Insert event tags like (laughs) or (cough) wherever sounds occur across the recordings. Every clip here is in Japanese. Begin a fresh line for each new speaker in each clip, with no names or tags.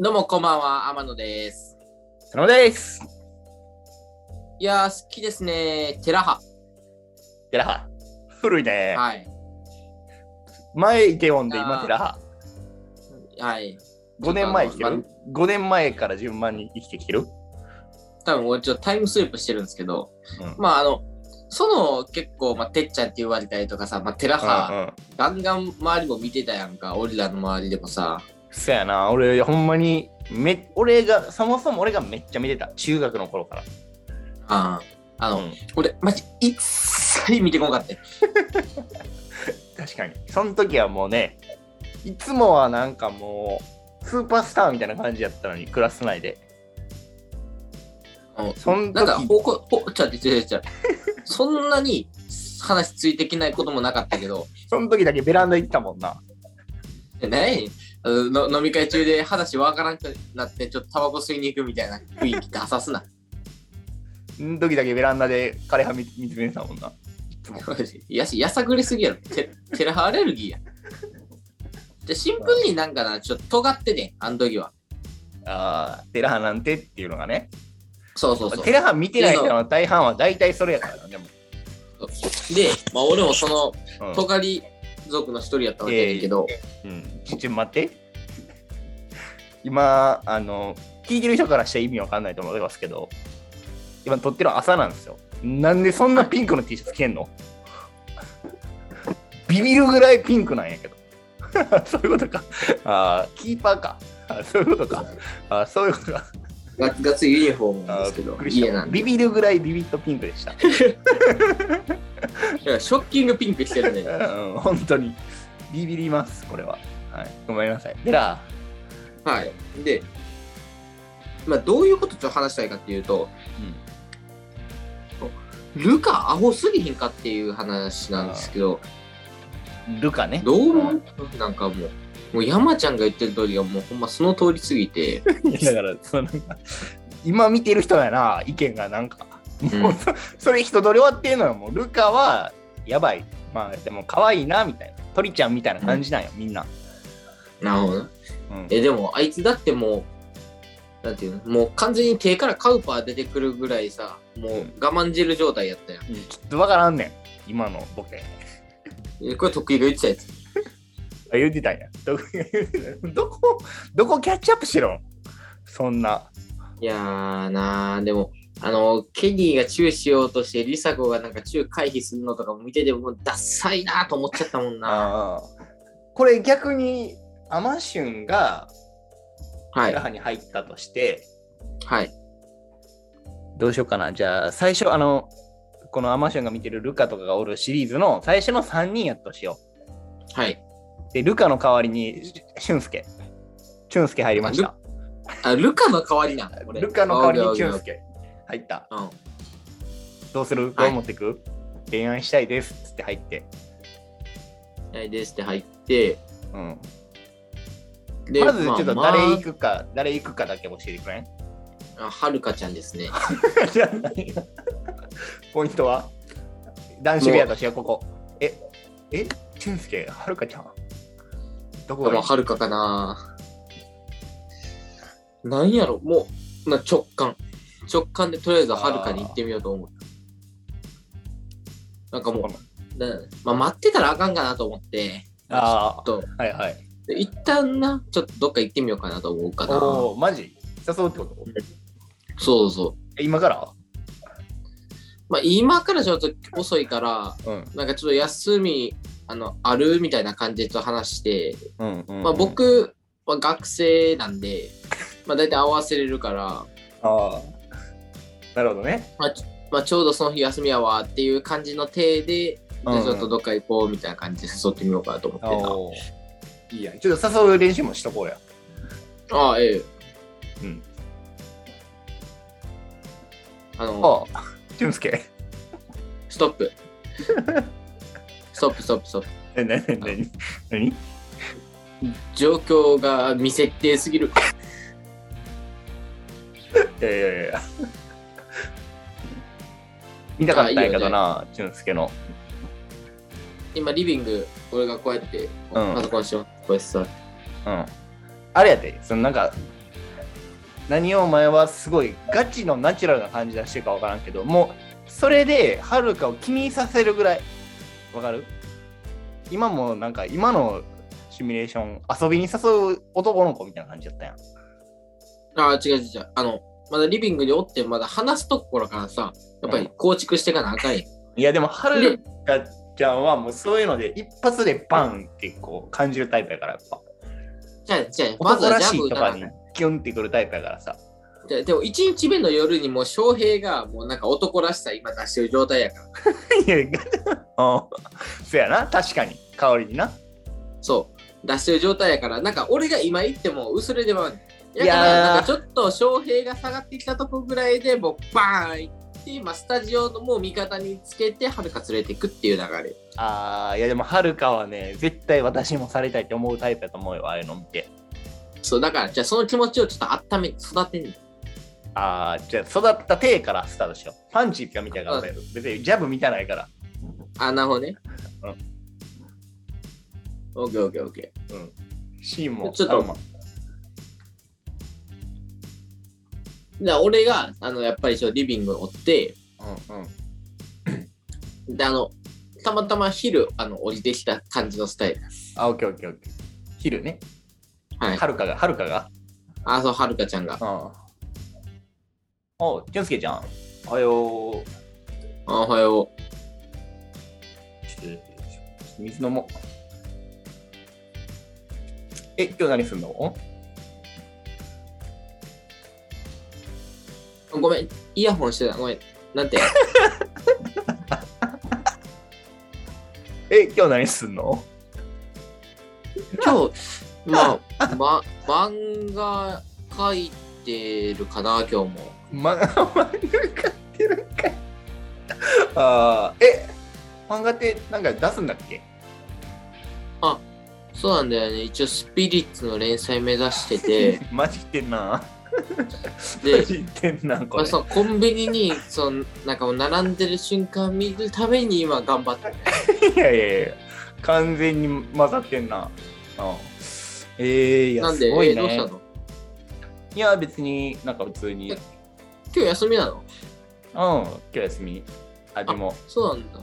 どうもこんばんは、天野です。
頼むです。
いやー、好きですね。テラハ。
テラハ。古いね。
はい。
前イテウォンで
あー
今テラハ。
はい。
5年前生きて
ちょっ
る
と
?5 年前から順番に生きてきてる
多分、俺ちょっとタイムスリップしてるんですけど、
うん
まあ、あの、その結構、まあ、てっちゃんって言われたりとかさ、まあ、テラハ、
うんうん。
ガンガン周りも見てたやんか、俺らの周りでもさ。
そやな。俺、ほんまに、め、俺が、そもそも俺がめっちゃ見てた。中学の頃から。
あーあの、
うん
俺、マジ、一切見てこなかったよ。
確かに。その時はもうね、いつもはなんかもう、スーパースターみたいな感じやったのに、クラス内で。
あの
そん時
なんか、方向、ほ、ちゃって、ちゃちゃ。そんなに話ついてきないこともなかったけど、
その時だけベランダ行ったもんな。
ねあのの飲み会中で話わからんくなってちょっとタバコ吸いに行くみたいな雰囲気出さすな。 (laughs)
その時だけベランダで枯葉見見つめてたもんな。
やし、やさぐれすぎやろ。テテラハアレルギーや。で、シンプルになんかな、ちょっと尖ってて、あの時は。
ああ、テラハなんてっていうのがね。
そうそうそう
テ。ラハ見てない人の大半は大体それやからなでも、
で、まあ、俺もその
うん
尖り族の一人やったわけだけど、
うんちょっと待って今あの聞いてる人からしたら意味わかんないと思いますけど今撮ってるの朝なんですよなんでそんなピンクの T シャツ着てんのビビるぐらいピンクなんやけど (laughs) そういうことかあーキーパーかあそういうことかあそういうことか
ガッガツユニフォームなん
あ
ですけ
ーびっ
ど
く、りし
家
た
なんで。
ビビるぐらいビビッとピンクでした
だからショッキングピンクしてるね。
うん、本当に。ビビります、これは。はい、ごめんなさい。でら、
はい。で、まあ、どういうことちょっと話したいかっていうと、ルカアホすぎひんかっていう話なんですけど、
ルカね。
どう思
ん
うなんかもう、もう山ちゃんが言ってる通りがもうほんまその通りすぎて、
いやだから、その、今見てる人やな、意見がなんか。もうそそれ人通り終わってんのよ。もうルカは、やばい。まあ、でも可愛いな、みたいな。鳥ちゃんみたいな感じなんよ、みんな。
なるほどな。
うん、
え、でもあいつだってもう、なんていうのもう完全に手からカウパー出てくるぐらいさ、もう我慢汁状態やったやん。
ちょっとわからんねん、今のボケ。
えこれ得意が言ってたやつ。
あ言ってたんや。ど (laughs) どこ、どこキャッチアップしろんそんな。
いやーなー、でも、あの、ケニーがチューしようとして、リサ子がなんかチュー回避するのとかも見てて、もうダッサいなーと思っちゃったもんな。
あーこれ逆にアマシュンが
は
テ
い
ラ。ハに入ったとして、
はい。
どうしようかなじゃあ最初あのこのアマシュンが見てるルカとかがおるシリーズの最初の3人やっとしよ
はい。
うでルカの代わりにししゅんすけしゅんすけ入りました
あ、ルカの代わりな、これ。
ルカの代わりにしゅ
あ
ん
オ
す
ッケ
け入った
ーオッケー
どうするどう持ってく、恋愛したいですっつって入って、
うん。はい、ですって入って、
うん、
で
まずちょっと
まあ
誰行
ま
くか、誰行くかだけ教えてくれん (laughs)
ああはるかちゃんですね。
じゃあ何がポイントは男子部屋としようここええしゅんすけはるかちゃんどこがい
まあ、
い
はるかかなー。なんやろ、もう、まあ、直感。直感でとりあえずはるかに行ってみようと思った。なんかもう、ねまあ、待ってたらあかんかなと思って、
あ
ちょっ
あはいはい
と、一旦な、ちょっとどっか行ってみようかなと思うかな。
おおマジ誘うってこと
そうそう。
え今から
まあ、今からちょっと遅いから、
うん
なんかちょっと休み、あの、あるみたいな感じでちょっと話して、
うんうん
まあ、僕は学生なん
(laughs)
で、まあ、大体合わせれるから、
ああなるほどね
まあ、ちまあ、ちょうどその日休みやわっていう感じの体で、
うん
じゃあちょっとどっか行こうみたいな感じで誘ってみようかなと思っ
おーいいやちょっと誘う練習もしとこうや
てな。ああ、ええ。
うん
あの、
ああ俊介 (laughs)
ストップ。ストップ、ストップ、ストップ。
えなになになに
状況が未設定すぎる。
いやいやいや見たかったんやけどな俊介の
今、リビング、俺がこうやって、
うん
パソコンしよう。こうやってさ。
うんあれやでそのなんか何をお前はすごいガチのナチュラルな感じ出してるか分からんけどもうそれではるかを気にさせるぐらい分かる今もなんか今のシミュレーション遊びに誘う男の子みたいな感じだったやん
ああ、違う違う違う。あの、まだリビングにおって、まだ話すところからさ、やっぱり構築していかなあかんやん。
いやでもはるかちゃんはもうそういうので一発でバンってこう感じるタイプやからやっぱ
じゃあ、じゃあ、まず
(laughs) 男
は
ら
ジ
し
ャブ
いと
打た
か
なあ
に
かん
キュンってくるタイプやからさ (laughs)
じゃあでも、1日目の夜にもう翔平が、もうなんか男らしさ今出してる状態やから。
いや、うんそやな、確かに、香りにな。
そう。出してる状態やから、なんか俺が今行っても薄れではやか
いやー
ら、なんかちょっと翔平が下がってきたとこぐらいでもうバーン行って、今スタジオのもう味方につけて、はるか連れていくっていう流れ。
あー、いやでも、はるかはね、絶対私もされたいって思うタイプだと思うよ、ああいうの見て。
そう、だから、じゃあその気持ちをちょっと温め、育てんねん
あー、じゃあ、育った手からスタートしよう。パンチが見たいから、俺、別にジャブ見たないから。
あ、なるほどね。
うん
オッケーオッケーオッケ
シーンも、
ちょっと
あまあ
ー。で、俺が、あの、やっぱりちょっとリビングにおって、
うんうん。
で、あの、たまたま昼、あの、降りてきた感じのスタイル。
あ、オッケーオッケーオッケー。昼ね。
はい
は。るかが、はるかが。
あ、そう、はるかちゃんが。
うん。お、俊介ちゃん。おはよう。
あおはよ
ちょっと水飲もう。え、今日何すんの
う。ごめん、イヤホンしてた。ごめん。なんて。
え、今日何すんの
今日、まあ、ま、漫画書いてるかな、今日も。
(laughs) 漫画漫画買ってるんかい。あーえ、漫画ってなんか出すんだっけ、
そうなんだよね。一応、スピリッツの連載目指してて
(laughs) マジってんな。マ
で、
ジってんな、こ
まあ、
れ。
そうコンビニにそのなんかもう並んでる瞬間見るために今頑張ってる
いやいやいや、完全に混ざってんな。うんえー、いや、
なんです
ごい
えどうした
ね。
の
いや、別になんか普通に。う
え
ん、
今日休みなの
今日休み。あ、でも。
そうなんだ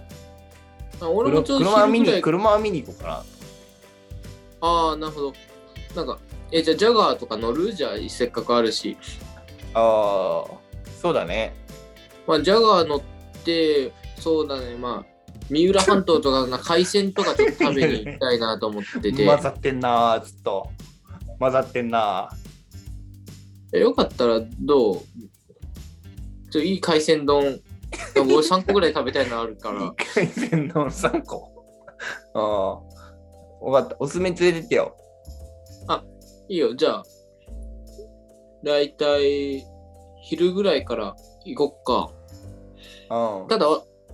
あ俺も
車
ちょうど
車は見
昼ぐら
に
いあ
車は見に行こうかな。
あーなるほどなんかえじゃあジャガーとか乗るじゃあせっかくあるし、
ああ、そうだね。
まあ、ジャガー乗ってそうだねまあ三浦半島とかの海鮮とかちょっと食べに行きたいなと思って
(laughs)
て、
混ざってんなー、ずっと。混ざってんな
えよかったらどうちょいい海鮮丼でも俺3個ぐらい食べたいのあるか
ー。
ら
一回戦の3個。 (laughs) ああ。分かった。おすすめ連れてってよ。
いいよ、じゃあ、だいたい昼ぐらいから行こ
うん
っか。。ただ、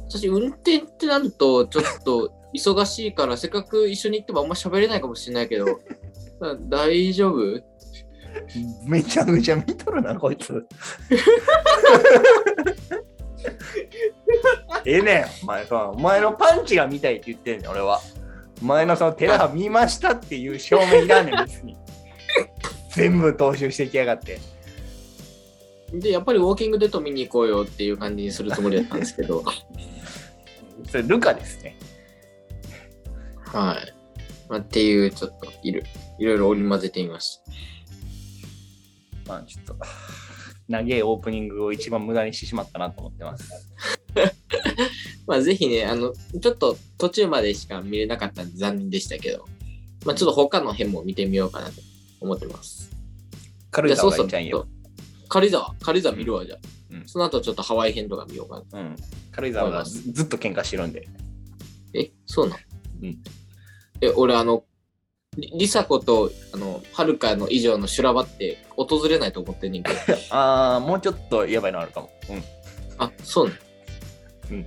私、運転ってなると、ちょっと忙しいから、せっかく一緒に行ってもあんま喋れないかもしれないけど、だ大丈夫
めちゃめちゃ見とるな、こいつ。 (laughs) ええねん、お前さ、お前のパンチが見たいって言ってんねん、俺は。お前のその寺見ましたっていう証明いらん
(laughs)
ねん、別に。全部踏襲してきやがって。
で、やっぱりウォーキングデート見に行こうよっていう感じにするつもりだったんですけど、
それルカですね。
はい。まあ、っていう、ちょっといる、いろいろ織り交ぜてみました。
まあちょっと、長いオープニングを一番無駄にしてしまったなと思ってます。
まあ、ぜひね、あの、ちょっと途中までしか見れなかったんで残念でしたけど、まあ、ちょっと他の編も見てみようかなと思ってます。
軽
じ
井
ゃあそ
沢
う
が
そ
いういじゃんよ。。
軽井沢、軽井沢見るわ、じゃあ、
うん
その後ちょっとハワイ編とか見ようかな。
うん。軽井沢がずずっと喧嘩してるんで。
え、そうなの
うん
え、俺、あの、りりさこと、あの、はるかの以上の修羅場って訪れないと思ってんねんけど。
ああ、もうちょっとやばいのあるかも。うん。
あ、そうなの
うん。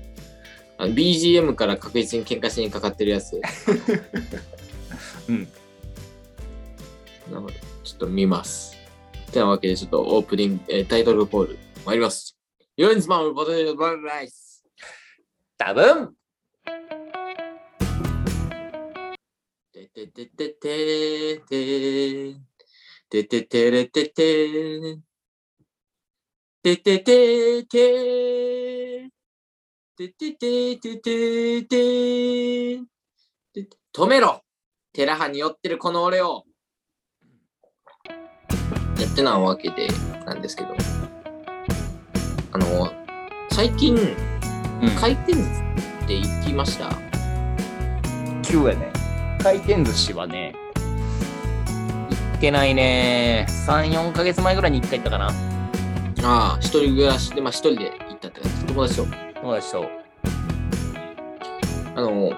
あの BGM から確実に喧嘩しにかかってるやつ。
(laughs) うん。
なので、ちょっと見ます。てなわけで、ちょっとオープニング、えータイトルコール、参ります。ヨインズマン、ボトルバンライス。
多分
ててててててててててれててててててーててててててーて止めろテラハに寄ってるこの俺をやってなわけでなんですけどあの最近回転寿司って行きました
9やね。回転寿司はね、行ってないね。3、4ヶ月前ぐらいに1回行ったかな。
ああ一人暮らしでまあ一人で行ったって感じ友達と
友達と。
あの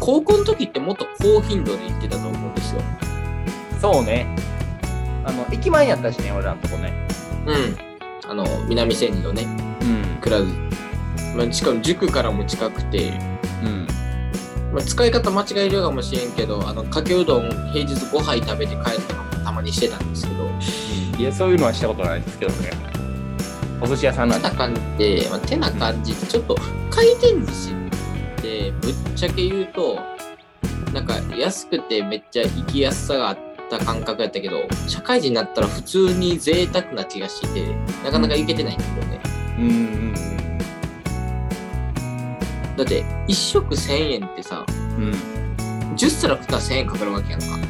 高校の時ってもっと高頻度で行ってたと思うんですよ
そうね。あの、駅前やったしね、俺らのとこね。
うんあの南千里のね
うん。
クラブ、まあ、しかも塾からも近くて、
うん。
まあ、使い方間違えるかもしれんけどあのかけうどん平日5杯食べて帰るとかもたまにしてたんですけど
いや、そういうのはしたことないですけどね。お寿司屋さんな
手
ん
な。
で
感じで、まあ、手な感じでちょっと回転寿司ってぶっちゃけ言うとなんか安くてめっちゃ行きやすさがあった感覚やったけど社会人になったら普通に贅沢な気がしてなかなか行けてないんですよね
うんうん
だって1食1000円ってさ
うん。うん。
10皿食ったら1000円かかるわけやんか
うん。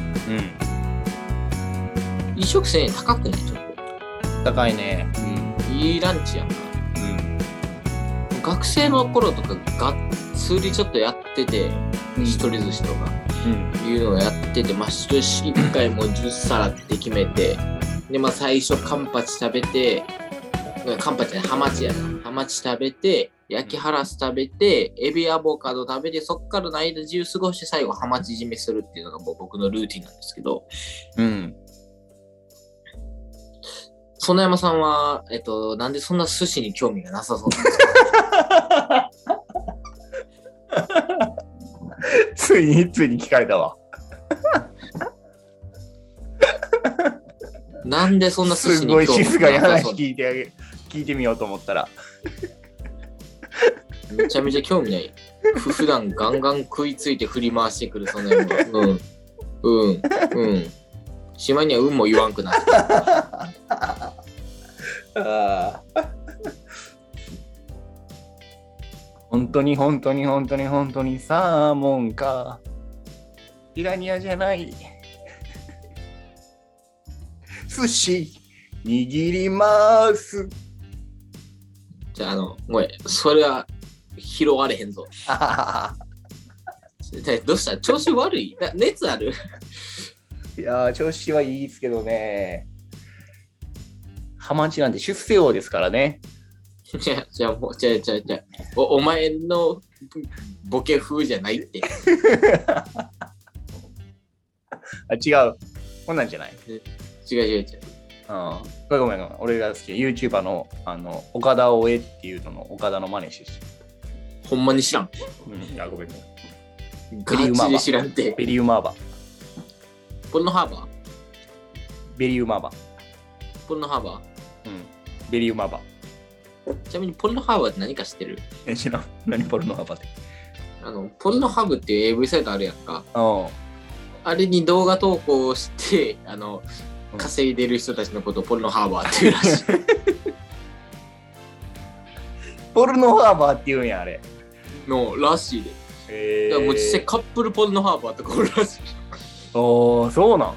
1食1000円高くないちょっ
高いね。
といいランチやんか
うん。
学生の頃とかがっつりちょっとやってて
うん。
一人寿司とか
うん。
いうのをやってて、まあ、寿司1回も10皿って決めて、で、まあ、最初、カンパチ食べて、カンパチじゃないハマチやな。ハマチ食べて、焼きハラス食べて、エビアボカド食べて、そっからの間自由過ごして、最後、ハマチ締めするっていうのがもう僕のルーティンなんですけど、
うん。
園山さんは、えっと、なんでそんな寿司に興味がなさそうなんです
ついに、ついに聞かれたわ。
かなんでそんな寿
す
司に
ごい
興味
静か
が
に
なさ
話
そう
聞いてあげ、聞いてみようと思ったら。
めちゃめちゃ興味ない。ふ普段ガンガン食いついて振り回してくるその辺は。うん。うん。うん。しまいには運も言わんくなる。
ああ。本当に本当に本当に本当にサーモンか。ピラニアじゃない。 (laughs) 寿司握ります。
じゃあ、あの、ごめん。それは拾われへんぞ。
あ
でどうした調子悪いな熱ある
(laughs) ーいやー、調子はいいですけどね。ハマチなんて出世王ですからね。
じゃあ、じゃあもう、じゃあ、じゃあ、じゃあおお前のボケ風じゃないって。
あ、違う。こんなんじゃない。
違う違う違う。
うん。ごめんごめんごめん。俺が好きな YouTuber の、あの、岡田をえっていうのの岡田の真似して
ほんまに知らん。
うん、あごめんごめん。
ガチで知らんって。
ベリウマーバ。
ポルノハーバー
ベリウマーバ。
ポルノハーバ
うん。ベリウマーバ。
ーちなみにポルノハーバーって何か知ってる
え、知らん。何ポルノハーバって。
あの、ポルノハブっていう AV サイトあるやんか。
う
あれに動画投稿をして、あの
う、ん
稼いでる人たちのことをポルノハーバーっていうらしい。
ん。ポルノハーバーって言うんや、あれ。
の、らしいで。
え
だからもう実際カップルポルノハーバーとかおるらしい。
おー、そうなん。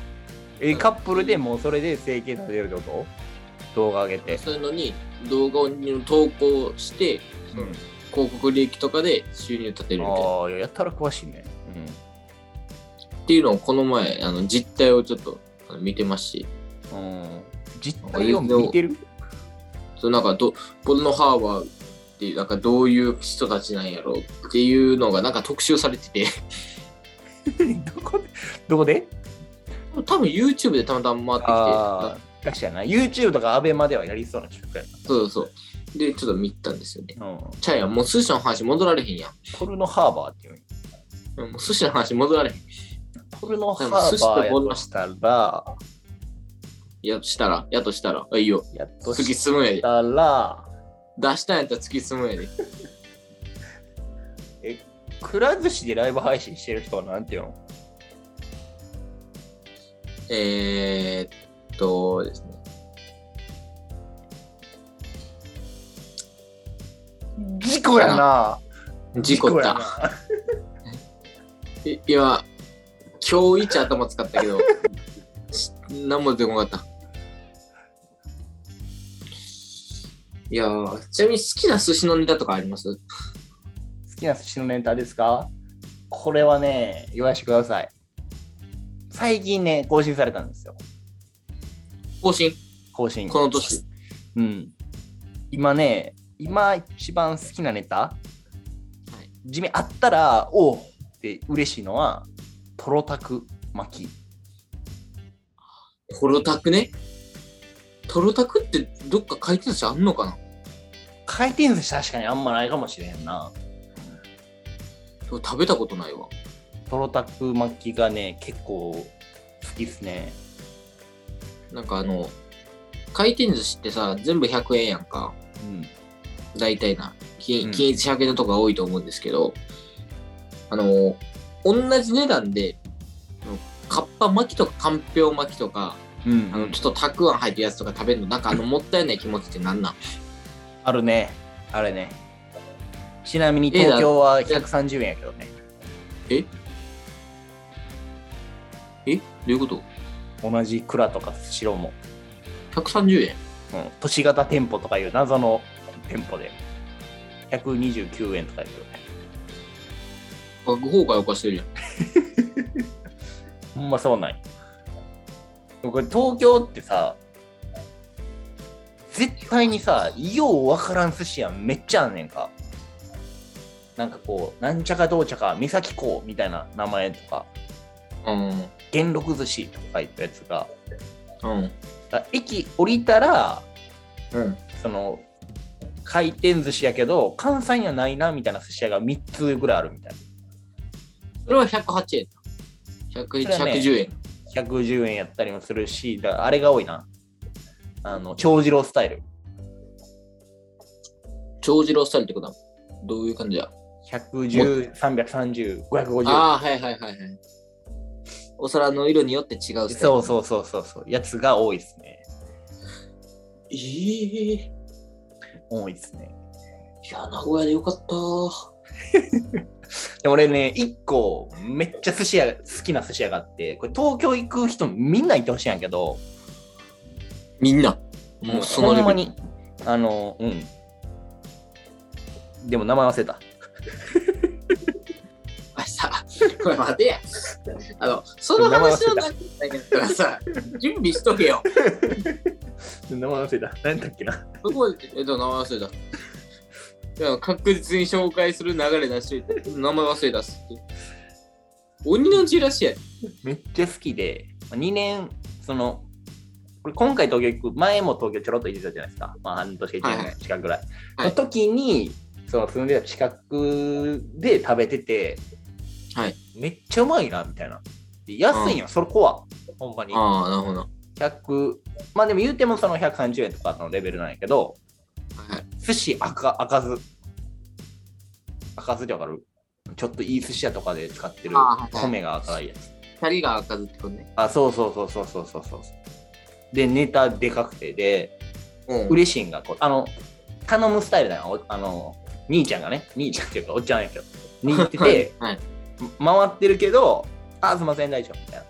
えカップルでもうそれで整形させるってこと動画上げて。
そういうのに動画を投稿して、
うん。
広告利益とかで収入立てるみたいな。
ああ、やったら詳しいね。
っていうのをこの前、あの、実態をちょっとあの見てまして、
うん。うん。実態を見てる (laughs)
そうなんかど、ポルノハーバーっていう、なんかどういう人たちなんやろうっていうのがなんか特集されてて、
どこでどこで
多分 YouTube でたまたま回ってきて、
ああ、確かにな。YouTube とか ABEMA ではやりそうな企画や
そうそうそう。で、ちょっと見たんですよね。
な。うん。
ちゃうやん、もう寿司の話戻られへんやん。
ポルノハーバーって言うんや
うんもう寿司の話戻られへん。
ポルノハーバーやとしたら、
やっとしたら、やっとしたら、あいいよ。
やっと
突き
し
進むんやで。
たら、
出したんやったら突き進むんやで。
くら寿司でライブ配信してる人はなんていうの
えー、っとですね。
故やな。
事故っ
や
た。
ない
いや、今日一頭使ったけど、 (laughs) し何も出てこなかった。いやー、ちなみに好きな寿司のネタとかあります
好きな寿司のネタですかこれはね、言わしてください。最近ね、更新されたんですよ。
更新
更新。
この年。
うん。今ね、今一番好きなネタ、地味あったら、おおって嬉しいのは、トロタク巻き。
トロタクね。トロタクってどっか回転寿司あんのかな
回転寿司確かにあんまないかもしれへんな。
食べたことないわ。
トロタク巻きがね、結構好きっすね。
なんかあの、回転寿司ってさ、全部100円やんか。
うん。
大体な。
うん
均均一100円のとこが多いと思うんですけど、あの、同じ値段で、あのかっぱ巻きとかかんぴょう巻きとか、
うん
あのちょっとたくあん入ってるやつとか食べるの、なんかあのもったいない気持ちってなんなん
あるね。あれね。ちなみに東京は130円やけどね。
えどういうこと
同じ蔵とかスシローも。
?130 円
うん。都市型店舗とかいう謎の店舗で。129円とかやけどね。
学法会犯してるやん。
ほんまそうない。でもこれ東京ってさ、絶対にさ、ようわからん寿司屋めっちゃあんねんか。なんかこう、なんちゃかどうちゃか、三崎港みたいな名前とか、
うん。
元禄寿司とか言ったやつが、
うん。
だから駅降りたら、
うん。
その回転寿司やけど関西にはないなみたいな寿司屋が3つぐらいあるみたい
それは108円だ。100
それはね
110円。
な110円やったりもするしだからあれが多いなあの長次郎スタイル
長次郎スタイルってことだどういう感じや
1103305505
ああ、はいはいはいはい。お皿の色によって違うスタイル
そうそうそうそうそうやつが多いですね
ええ
多いですね
いや、名古屋でよかったー。
で俺ね1個めっちゃ寿司屋好きな寿司屋があってこれ東京行く人みんな行ってほしいんやけど
みんな。もうその
ほ
レ
んま
ベル。
にあのうんでも名前忘れた
あさ、 (laughs) これ待てや。あの、その話の中だからさ、準備しとけよ。
名前忘れた何だっけな
そこで、えっと、名前忘れた。いや、確実に紹介する流れ出しといて、名前忘れたっすって。鬼の字らしいやん。
めっちゃ好きで、2年、その、これ今回東京行く、前も東京ちょろっと行ってたじゃないですか。まあ半年、1
はいは
年近くぐらい。
はい
の時に、その住んでた近くで食べてて、
はい
めっちゃうまいな、みたいな。で安いんよ、そこは。ほんまに。
ああ、なるほどな。
100、まあでも言うてもその130円とかのレベルなんやけど、
はい。
寿司赤、赤酢。赤酢ってわかるちょっといい寿司屋とかで使ってる
あはいはい
米が赤いやつ。
二人が開かずってことね。
あ、そうそうそうそうそうそうそう。で、ネタでかくてで、
うん。
嬉しいんがこう、あの、頼むスタイルだよ。おあの、兄ちゃんがね、兄ちゃんっていうか、おっちゃんやけど、握ってて、
はい。
回ってるけど、あ、すいません、大丈夫、みたい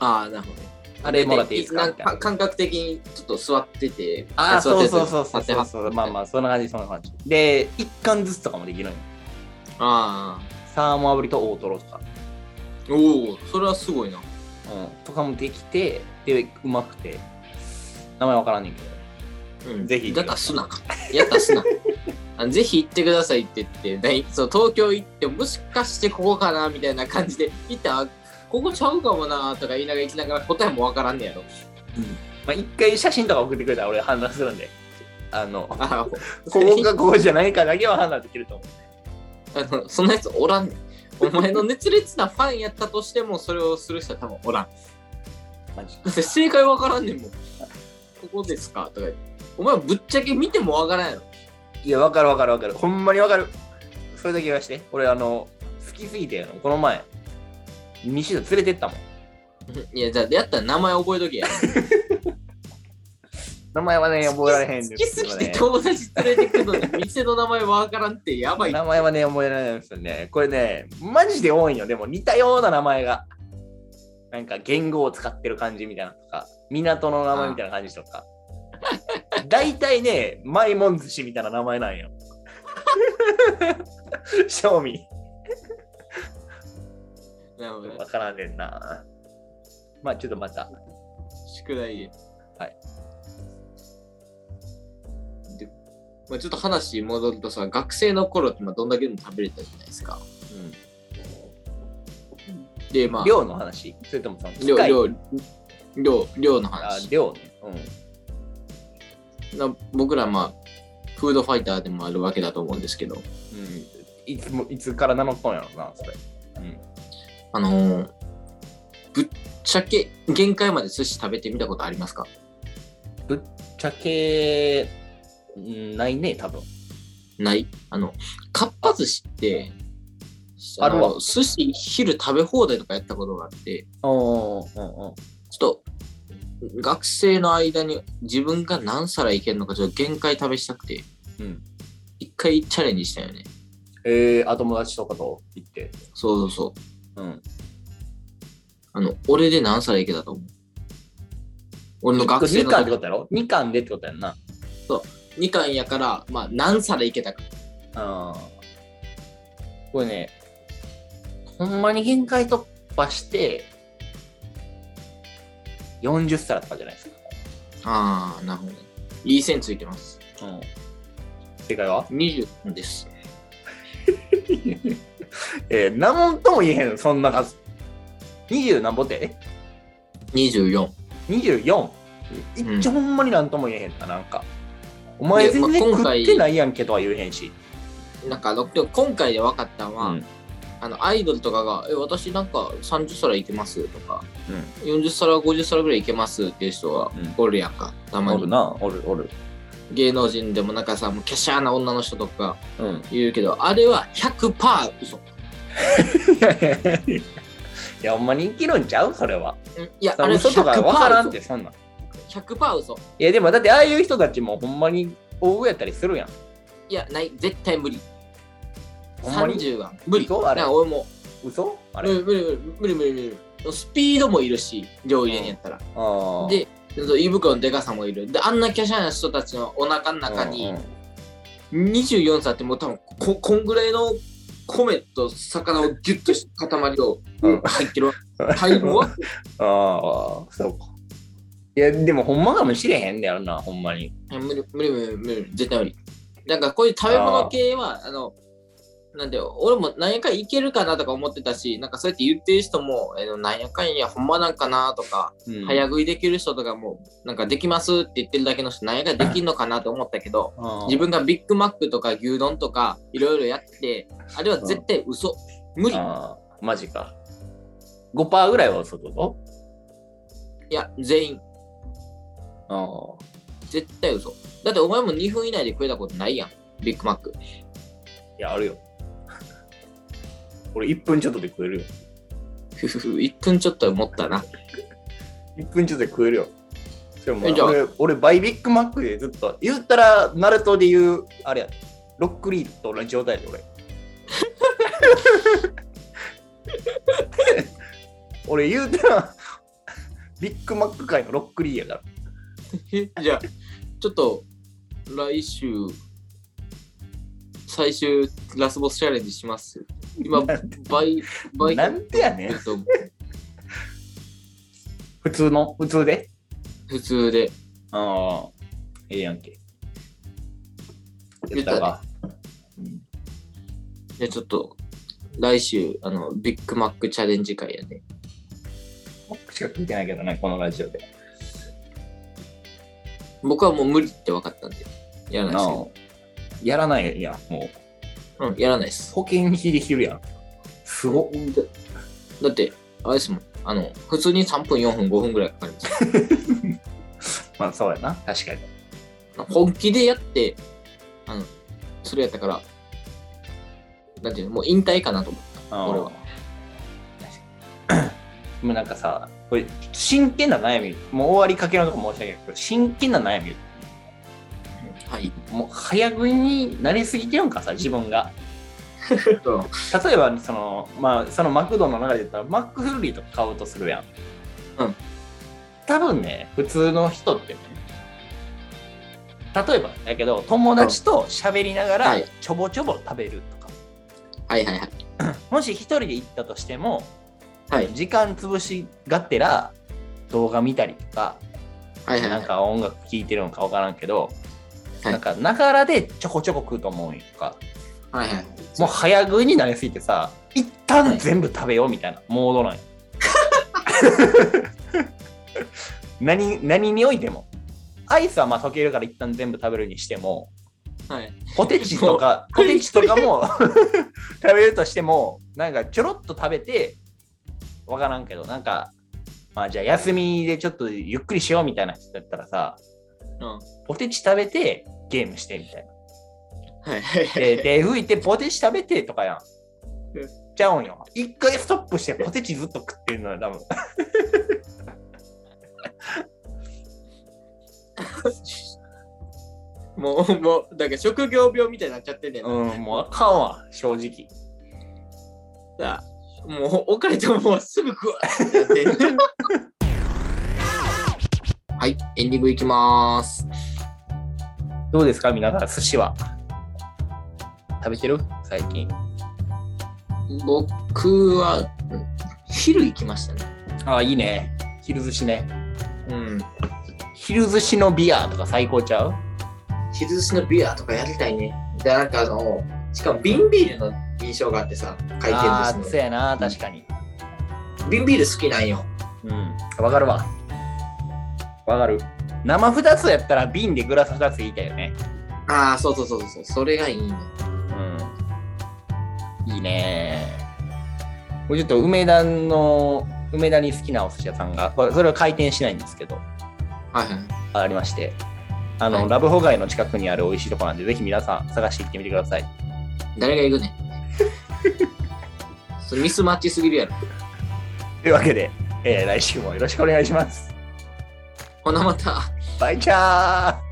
な。
ああ、なるほどね。
あれもらっていいですか
な
み
ん
たいな
か感覚的にちょっと座ってて、
あ、
座って
そう
る
そうそうそう
立って
そう
は
そう。まあまあ、そんな感じ、そんな感じ。で、一貫ずつとかもできるんよ
あ
サーモン炙りと大トロとか、
あ、おお、それはすごいな。
うん、とかもできて、で、うまくて、名前わからんねんけど。
うん、
ぜひ
だからすなか。やったらすな。 (laughs) あぜひ行ってくださいって言って、ないそう東京行って、もしかしてここかなみたいな感じ
(laughs)
で、行ったら、あここちゃうかもなとか言いながら行きながら答えもわからんねやろ。
まあ、一回写真とか送ってくれたら俺判断するんで。あの、 (laughs) こ
あ
こがここじゃないかだけは判断できると思
あのそんなやつおらんねん。お前の熱烈なファンやったとしても、それをする人は多分おらん。
う。マジ
だって正解わからんねんもん。ここですかとか言って。お前ぶっちゃけ見てもわからんやろ。
(laughs) いや、わかるわかるわかる。ほんまにわかる。それだけ言わして。俺、あの、好きすぎて、この前、西田連れてったもん。
いや、じゃあやったら名前覚えとけや。
名前はね、覚えられへん
好きすぎて
ね
友達連れてくるのに店の名前わからんってやばい。
名前はね、覚えられないんですよね。これね、マジで多いんよ。でも似たような名前が。なんか言語を使ってる感じみたいなのとか、港の名前みたいな感じとか。大体ね、マイモン寿司みたいな名前なんよ。 (laughs) 賞味。
なるほど
わからんねんな。まあちょっとまた。
宿題へ。
はい。
で、まあ、ちょっと話戻るとさ、学生の頃ってまあどんだけでも食べれたじゃないですか。で、まあ、
量の話それともその機
量、
械
量、量、量の
あ
話。
量ね。うん。
な僕らまあ、フードファイターでもあるわけだと思うんですけど、
うん、いつもいつから名乗っとんやろな、それ。
あのーぶっちゃけ限界まで寿司食べてみたことありますか
茶系、うんないね、多分。
ないあの、かっぱ寿司って、
あるわ
の寿司昼食べ放題とかやったことがあって、
おーうんう
ちょ
ん。
っと学生の間に自分が何皿いけるのかちょっと限界試したくて、
うん
一回チャレンジしたよね。
えー、あ友達とかと行って。
そうそうそう。
うん。
あの、俺で何皿いけたと思う俺の学生
2
の
巻ってことやろ ?2 巻でってことやんな。
2巻やから、まあ何皿いけたか。
あーこれね、ほんまに限界突破して、40皿とかじゃないです
ああ、なるほどね。いい線ついてます。
か。うん。正解は
20です。
えー、何もとも言えへん、そんな数。20何ぼってえ
24。
24?
うん
一応ほんまになんとも言えへんな、なんか。お前
いやまあ
全然
今
食っ
回
てないやんけとは言えへんし。
なんか、あのでも今回で分かったのは、
うん
あの、アイドルとかが、え、私なんか30皿いけますとか、40皿、50皿ぐらいいけますっていう人は
うん
おるやんか、たま
おる
に。
な、おるおる。
芸能人でもなんかさ、もう華奢な女の人とか
うん。
言うけど、あれは100%嘘。ん
いやいやいやいや、ほんまに生きるんちゃうそれは。
いや、
あ
あ
れ
れ
外がわからんっ
100%
て、そんなん。い
嘘。100%嘘。
や、でもだってああいう人たちもほんまに大食いやったりするやん。
いや、ない、絶対無理。
ほんまに
30は無理。だ
嘘
か
あれ
ら俺も、
嘘
無
あれ。
理無理無理無理無理無理。スピードもいるし、料理にやったら。
あー
で、そう胃袋のでかさもいる。で、あんな華奢な人たちのお腹の中に、
うんうん
24歳ってもう多分ここんぐらいの米と魚をギュッとした塊を
うん
入ってる大量
(laughs)
は
ああ、そうか。いや、でもほんまかもしれへんねやろな、ほんまに。
無理無理無理無理絶対無理なんかこういう食べ物系はあのなんで俺も何回いけるかなとか思ってたしなんかそうやって言ってる人もえー何やかんやほんまなんかなとか、
うん
早食いできる人とかもなんかできますって言ってるだけの人何やかんできんのかなと思ったけど
あー
自分がビッグマックとか牛丼とかいろいろやってあれは絶対嘘無理
ああ、マジか。5%ぐらいは嘘だぞ。
いや全員
あ
絶対嘘。だってお前も2分以内で食えたことないやん。ビッグマック。
あ。いや、あるよ。 (laughs) 俺1分ちょっとで食えるよ。
ふふふ、1分ちょっとは持ったな。 (laughs)
1分ちょっとで食えるよ。でも
えじゃあ
俺、俺バイビッグマックでずっと、言ったら、ナルトで言う、あれや、ロックリーと同じ状態で
(laughs)
俺。俺言うたら、ビッグマック界のロックリーやから。
えじゃあ、ちょっと、来週、最終ラスボスチャレンジします。今、
なんで
倍、倍。
なんでやねん
えっと
普通の、普通で。
普通で。
ああ、ええやんけ。
言った
わ
ら。じゃあちょっと、来週、あの、ビッグマックチャレンジ会やね。
しか聞いてないけどね、このラジオで。
僕はもう無理って分かったんで、やらないです
やらないやん、もう。
けど。うん、やらないです。
保険引いてきてるやん。すごっ。
だだって、あれですもん。あの、普通に3分、4分、5分ぐらいかかります。
まあ、そうやな。確かに。
本気でやって、あの、それやったから、なんていうの、もう引退かなと思った。俺は。
でもなんかさ、これ、真剣な悩み、もう終わりかけのとこ申し訳ないけど、真剣な悩み
はい。
もう早食いになりすぎてるんかさ自分が
そう
例えばそのまあそのマクドの中で言ったらマックフルーリーとか買うとするやん
うん
多分ね普通の人ってね例えばだけど友達と喋りなが
は
ら
い
ちょぼちょぼ食べるとか、
はいはいはい。
もし一人で行ったとしても
はい
時間潰しがってら動画見たりとか
はいはい
な
は
ん
い。
か音楽聴いてるのか分からんけど、
はい
なんかながらでちょこちょこ食うと思うんよとか
はいはい。
もう早食いになりすぎてさ一
は
旦
い
全部食べようみたいなモードなん
(laughs)
よ何何においてもアイスはまあ溶けるから一旦全部食べるにしても
はい。
ポテチとかポテチとかも食べるとしてもなんかちょろっと食べて分からんけどなんかまあじゃあ休みでちょっとゆっくりしようみたいな人だったらさ
うん。は
ポテチ食べてゲームしてみたい (laughs) な。
いはいは
で、
い。
手拭いてポテチ食べてとかやん
うん。
ちゃうんよ。一回ストップしてポテチずっと食ってるのよ、多分。
もう、もう、だから職業病みたいになっちゃってんねんな。
うん、もうあかんわ、正直。
さもう、置かれてももうすぐ食わってやってる (laughs) はい、エンディングいきます。
どうですか、皆さん、寿司は。食べてる最近。
僕は、うん昼行きましたね。
ああ、いいね。昼寿司ね。
うん。
昼寿司のビアとか最高ちゃう
昼寿司のビアとかやりたいね。で、なんかあの、しかも瓶ビールの印象があってさ、回
あ
転寿
あ、そ
司
やな、確かに。
の。瓶ビール好きなんよ。
うん、わかるわ。わかる。生2つやったら瓶でグラス2ついいたよね。
ああ、そうそうそうそう、それがいいね。
うん。いいねこれちょっと梅田の、梅田に好きなお寿司屋さんが、これそれは開店しないんですけど、
はいはい。
ありまして、あの、
はい
ラブホ街の近くにある美味しいとこなんで、ぜひ皆さん探して行ってみてください。
誰が行くねん (laughs) それミスマッチすぎるやろ。
というわけで、えー来週もよろしくお願いします。
ほなまた。
バイチャー